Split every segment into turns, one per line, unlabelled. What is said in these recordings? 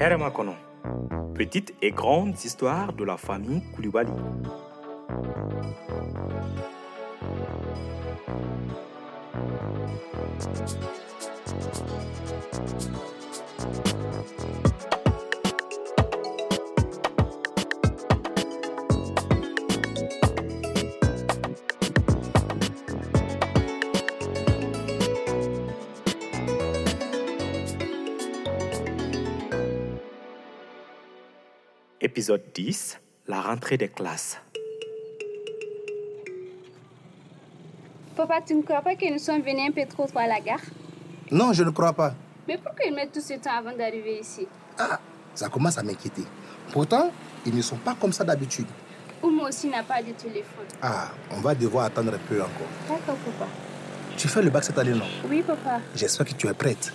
Herema Konon. Petite et grande histoire de la famille Koulibaly. Épisode 10, la rentrée des classes.
Papa, tu ne crois pas que nous sommes venus un peu trop tôt à la gare
Non, je ne crois pas.
Mais pourquoi ils mettent tout ce temps avant d'arriver ici
Ah, ça commence à m'inquiéter. Pourtant, ils ne sont pas comme ça d'habitude.
Oumo aussi n'a pas de téléphone.
Ah, on va devoir attendre un peu encore.
D'accord, papa.
Tu fais le bac cette année, non
Oui, papa.
J'espère que tu es prête.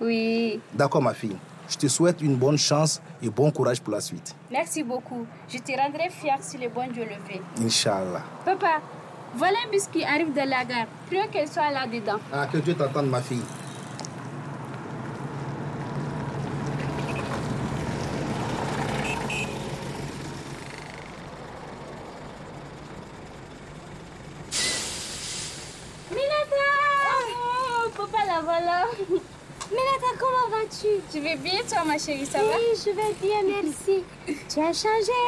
Oui.
D'accord, ma fille. Je te souhaite une bonne chance et bon courage pour la suite.
Merci beaucoup. Je te rendrai fière si le bon Dieu le veut.
Inch'Allah.
Papa, voilà un bus qui arrive de la gare. Prions qu'elle soit là-dedans.
Ah, que Dieu t'entende, ma fille.
Minata
Oh, papa, la voilà. Minata, comment vas-tu
Tu vas bien, toi, ma chérie, ça va
Oui, je vais bien, merci. tu as
Oh,
changé.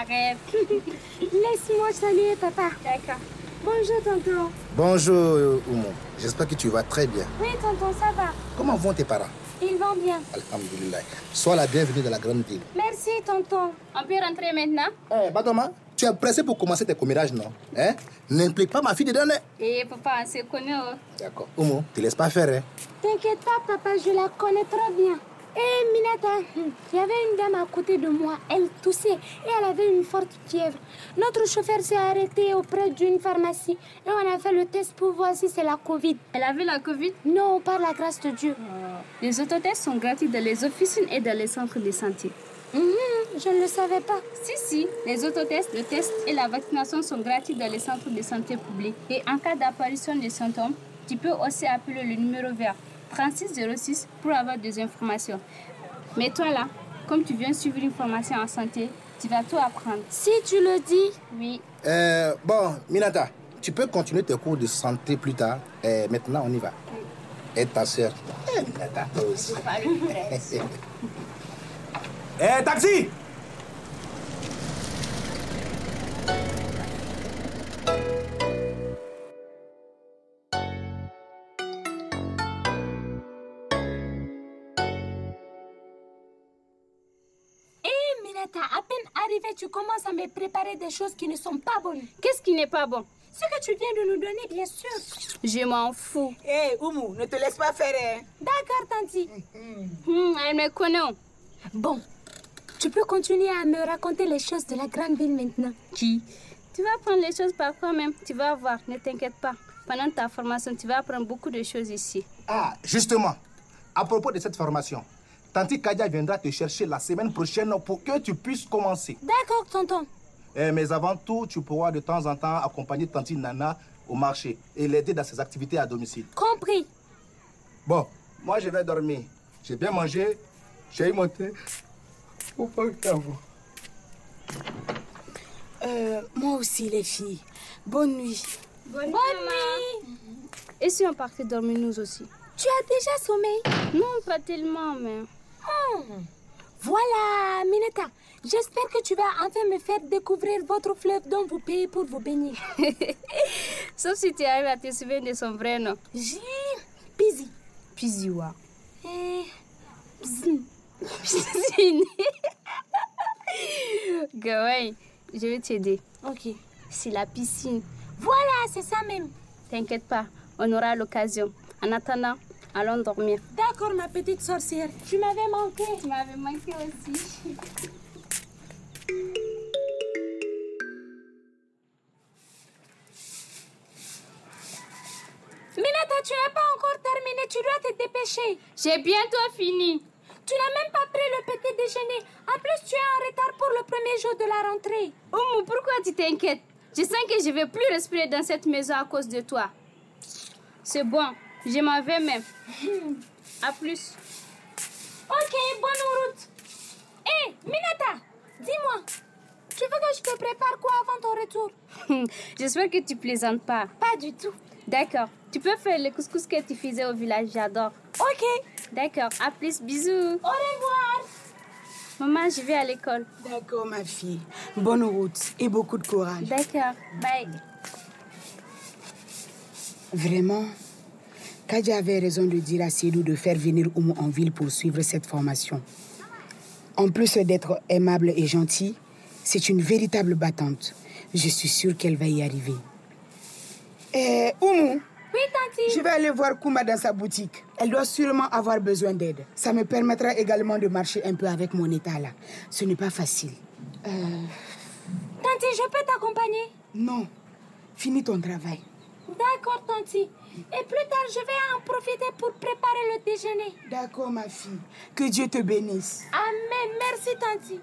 arrête.
Laisse-moi saluer papa.
D'accord.
Bonjour, tonton.
Bonjour, euh, Oumou. J'espère que tu vas très bien.
Oui, tonton, ça va.
Comment vont tes parents
Ils vont bien.
Alhamdulillah. Sois la bienvenue dans la grande ville.
Merci, tonton.
On peut rentrer maintenant
Eh, Badoma, tu es pressé pour commencer tes commérages, non Hein N'implique pas ma fille dedans, hein
Eh, papa, on se connaît. oh.
D'accord. Oumou, te laisse pas faire, hein
T'inquiète pas, papa, je la connais trop bien. Et Minata, hum, il y avait une dame à côté de moi. Elle toussait et elle avait une forte fièvre. Notre chauffeur s'est arrêté auprès d'une pharmacie et on a fait le test pour voir si c'est la Covid.
Elle avait la Covid
Non, par la grâce de Dieu.
Les autotests sont gratuits dans les officines et dans les centres de santé.
Mhm, je ne le savais pas.
Si, si, les autotests, le test et la vaccination sont gratuits dans les centres de santé publics. Et en cas d'apparition de symptômes, tu peux aussi appeler le numéro vert 3606 pour avoir des informations. Mais toi là, comme tu viens suivre une formation en santé, tu vas tout apprendre.
Si tu le dis,
Oui,
Euh, bon, Minata, tu peux continuer tes cours de santé plus tard. Eh, maintenant, on y va. Et ta soeur. Eh, Minata, toi aussi.
Eh, taxi
Hé, Minata, Eh, à peine arrivée, tu commences à me préparer des choses qui ne sont pas bonnes.
qu'est-ce qui n'est pas bon
Ce que tu viens de nous donner, bien sûr.
Je m'en fous.
Hé, Oumou, ne te laisse pas faire. hein.
D'accord, Tanti.
Hum, elle me connaît. oh.
Bon, tu peux continuer à me raconter les choses de la grande ville maintenant.
Qui Tu vas prendre les choses par toi-même, tu vas voir, ne t'inquiète pas. Pendant ta formation, tu vas apprendre beaucoup de choses ici.
Ah, justement, à propos de cette formation, Tanti Kadia viendra te chercher la semaine prochaine pour que tu puisses commencer.
D'accord, tonton.
Eh, mais avant tout, tu pourras de temps en temps accompagner Tanti Nana au marché et l'aider dans ses activités à domicile.
Compris.
Bon, moi je vais dormir. J'ai bien mangé, j'ai eu mon thé. Au bon temps.
Euh, moi aussi, les filles. Bonne nuit.
Bonne,
nuit.
Et si on partait dormir nous aussi
Tu as déjà sommeil
Non, pas tellement, mais.
Voilà, Minata. J'espère que tu vas enfin me faire découvrir votre fleuve dont vous payez pour vous baigner.
Sauf si tu arrives à te souvenir de son vrai nom.
J'ai... Busy.
Piziwa.
Eh,
Pizine. Gawai, je vais t'aider.
Ok.
C'est la piscine.
Voilà, c'est ça même.
T'inquiète pas, on aura l'occasion. En attendant, allons dormir.
D'accord, ma petite sorcière. Tu m'avais manqué.
Tu m'avais manqué aussi.
Minata, tu n'as pas encore terminé. Tu dois te dépêcher.
J'ai bientôt fini.
Tu n'as même pas pris le petit déjeuner. En plus, tu es en retard pour le premier jour de la rentrée.
Oumou, pourquoi tu t'inquiètes Je sens que je vais plus respirer dans cette maison à cause de toi. C'est bon, je m'en vais même. À plus.
Ok, bonne route. Hé,
Eh,
Minata, dis-moi, tu veux que je te prépare quoi avant ton retour
J'espère que tu plaisantes pas.
Pas du tout.
D'accord. Tu peux faire le couscous que tu faisais au village, j'adore.
Ok,
D'accord. À plus, bisous.
au revoir.
Maman, je vais à l'école.
D'accord, ma fille. Bonne route et beaucoup de courage.
D'accord. Bye.
Vraiment, Kadia avait raison de dire à Sidou de faire venir Oumu en ville pour suivre cette formation. En plus d'être aimable et gentille, c'est une véritable battante. Je suis sûre qu'elle va y arriver. Eh, Oumu,
Oui, Tanti.
je vais aller voir Kouma dans sa boutique. Elle doit sûrement avoir besoin d'aide. Ça me permettra également de marcher un peu avec mon état là. Ce n'est pas facile. Euh,
Tanti, je peux t'accompagner
Non, finis ton travail.
D'accord, Tanti. Et plus tard, je vais en profiter pour préparer le déjeuner.
D'accord, ma fille. Que Dieu te bénisse.
Amen. Merci, Tanti.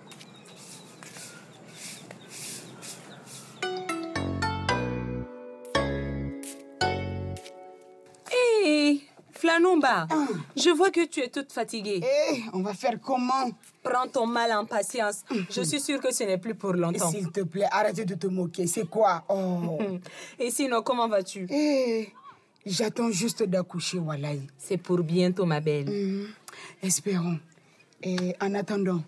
Hé, Flanumba, je vois que tu es toute fatiguée.
Eh, on va faire comment
Prends ton mal en patience. Je suis sûre que ce n'est plus pour longtemps.
S'il te plaît, arrête de te moquer. C'est quoi Oh.
Et sinon, comment vas-tu
Eh, j'attends juste d'accoucher, Wallahi.
C'est pour bientôt, ma belle.
Hmm, Espérons. Eh, en attendant,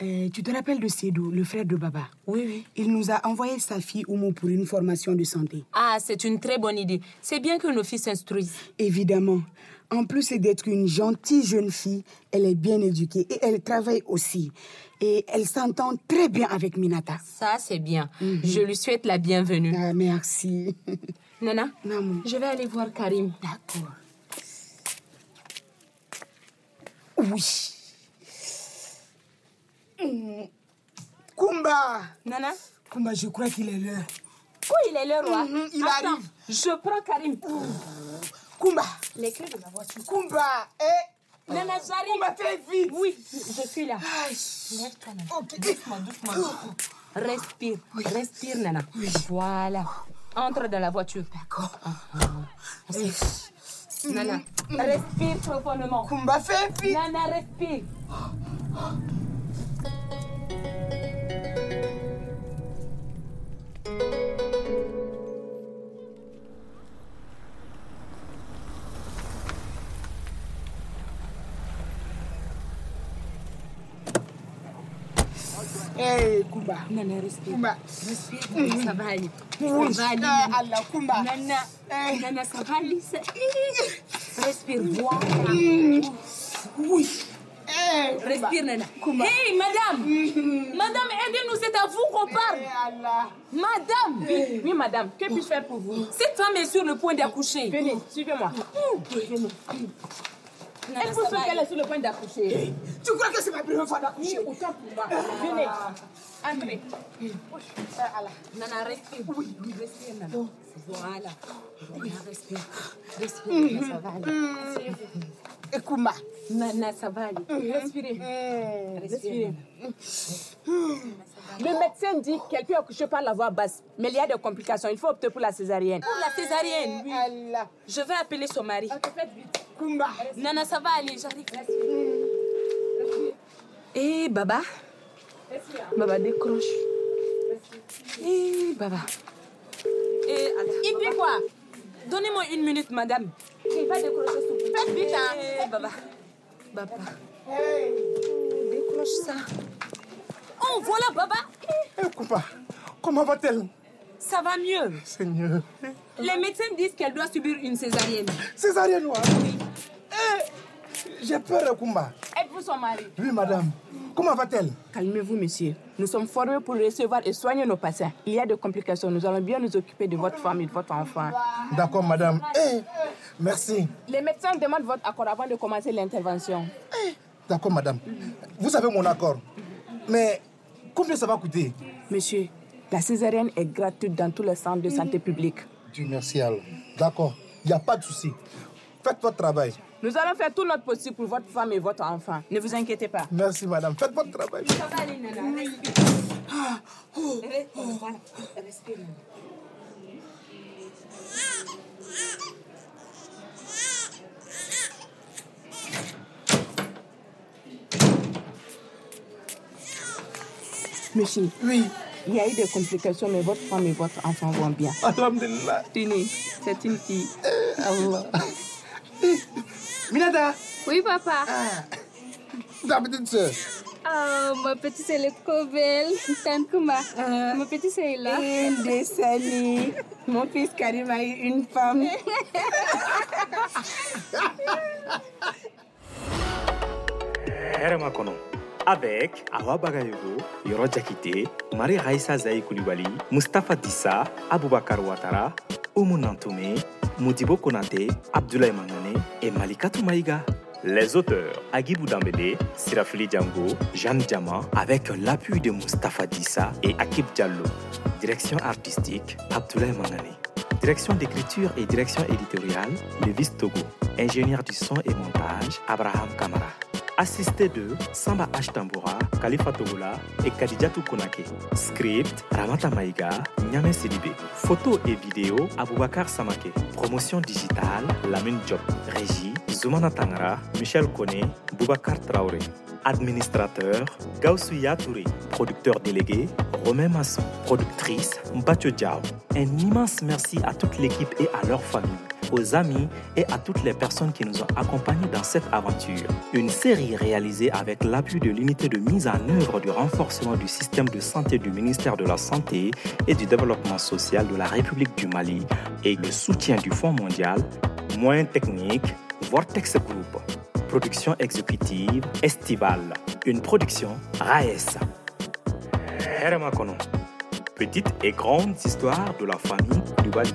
eh, tu te rappelles de Sédou, le frère de Baba
Oui, oui.
Il nous a envoyé sa fille Oumou pour une formation de santé.
Ah, c'est une très bonne idée. C'est bien que nos filles s'instruisent.
Évidemment. En plus d'être une gentille jeune fille, elle est bien éduquée et elle travaille aussi. Et elle s'entend très bien avec Minata.
Ça, c'est bien.
Mhm.
Je lui souhaite la bienvenue.
Ah, merci.
Nana,
Maman.
je vais aller voir Karim.
D'accord. Oui. Hmm. Kumba
Nana
Kumba, je crois qu'il est l'heure.
Où il est l'heure, roi
Mhm, il
Attends,
arrive.
Je prends Karim.
Kumba
Les clés de la voiture.
Kumba Eh
Nana,
Kumba,
j'arrive.
très vite
Oui, je suis là.
Aïe.
Lève-toi, Nana.
Ok. Oh.
Respire, respire, Nana. Voilà. Entre dans la voiture. Ah,
D'accord.
Nana,
Mhm.
respire profondément.
Kumba, fais vite
Nana, respire.
Eh, Kumba
Nana, respire.
Kumba
Respire, Nana, ça va aller.
Oui.
Ça va aller,
Ah,
Nana.
Mm-hmm. Allah, Kumba
Nana,
Eh. Mm-hmm.
Nana, ça va aller. ça- Respire, voilà.
Oui Eh, Kumba
Respire, Nana. Hey, madame. Madame, aidez-nous, c'est à vous qu'on parle.
Mm-hmm. Eh, Allah
Madame Oui, oui, madame, que puis-je faire pour vous Cette femme est sur le point d'accoucher. Eh. Venez, suivez-moi. Venez. Est-ce que qu'elle est sur le point d'accoucher Eh,
Tu crois que c'est ma première fois d'accoucher
Autant pour moi. Venez. Oh, Entrez. Nana, respire. Eh. Oui, Oh. oui, respire, Nana. Voilà. Voilà, respire. Respire, Nana, ça va aller.
Eh, Kumba
Nana, ça va aller. Respirez.
Hmm.
Mm-hmm. Eh, Respirez. Le médecin dit qu'elle peut accoucher par la voie basse, mais il y a des complications. Il faut opter pour la césarienne. Pour la césarienne,
Eh, Allah
Je vais appeler son mari.
Kumba
Nana, ça va aller, j'arrive. Eh, Baba. Baba, décroche. Eh, Baba. Eh, attends. Et puis quoi Donnez-moi une minute, madame. Il va décrocher sous peu. Faites vite, hein. Eh, Baba. Baba. Décroche ça. Oh, voilà, Baba.
Eh, Kumba, comment va-t-elle
Ça va mieux.
Seigneur.
Les médecins disent qu'elle doit subir une césarienne.
Césarienne, ouais. Eh, j'ai peur, Kumba.
Êtes-vous son mari
Oui, madame. Comment va-t-elle
Calmez-vous, monsieur. Nous sommes formés pour recevoir et soigner nos patients. Il y a des complications. Nous allons bien nous occuper de votre femme et de votre enfant.
D'accord, madame. Eh, merci.
Les médecins demandent votre accord avant de commencer l'intervention.
D'accord, madame. Vous avez mon accord. Mais combien ça va coûter
Monsieur, la césarienne est gratuite dans tous les centres de santé publique.
Dieu merci, alors. D'accord, il n'y a pas de souci. Faites votre travail.
Nous allons faire tout notre possible pour votre femme et votre enfant. Ne vous inquiétez pas.
Merci, madame. Faites votre travail.
Ça va aller, Nana.
Monsieur,
Oui.
il y a eu des complications, mais votre femme et votre enfant vont bien.
Alhamdulillah.
Tenez, c'est une fille.
Allah. Minata,
Oui, papa.
ta petite soeur.
Ah, ma petite, elle est trop belle. Tante Kuma. Ma petite, c'est est là.
Une de Sally. Mon fils Karim a eu une femme.
hɛrɛma kɔnɔ avec awa bagayogo yɔrɔ jakite mari haisa zayi kulibali mustafa disa abubakar watara umu nantume mudibo konate abdulayi mangane et malikatu maïga Les auteurs, Agibou Dambélé, Sirafili Django, Jeanne Diama, avec l'appui de Mustafa Dissa et Akib Diallo. Direction artistique, Abdoulaye Mangane. Direction d'écriture et direction éditoriale, Levis Togo. Ingénieur du son et montage, Abraham Kamara. Assisté de Samba H. Tambora, Khalifa Togola et Kadijatou Konake. Script, Ramata Maïga, Nyame Sidibé. Photos et vidéos, Aboubakar Samake. Promotion digitale, Lamine Job. Régie, Zoumana Tangara, Michel Koné, Boubacar Traoré. Administrateur, Gaoussouya Touré. Producteur délégué, Romain Masson. Productrice, Mbatio Diao. Un immense merci à toute l'équipe et à leur famille aux amis et à toutes les personnes qui nous ont accompagnés dans cette aventure. Une série réalisée avec l'appui de l'unité de mise en œuvre du renforcement du système de santé du ministère de la Santé et du Développement social de la République du Mali et le soutien du Fonds mondial, moyens techniques, Vortex Group. Production exécutive estivale. Une production RAES. Hermakono. Petite et grande histoire de la famille du Mali.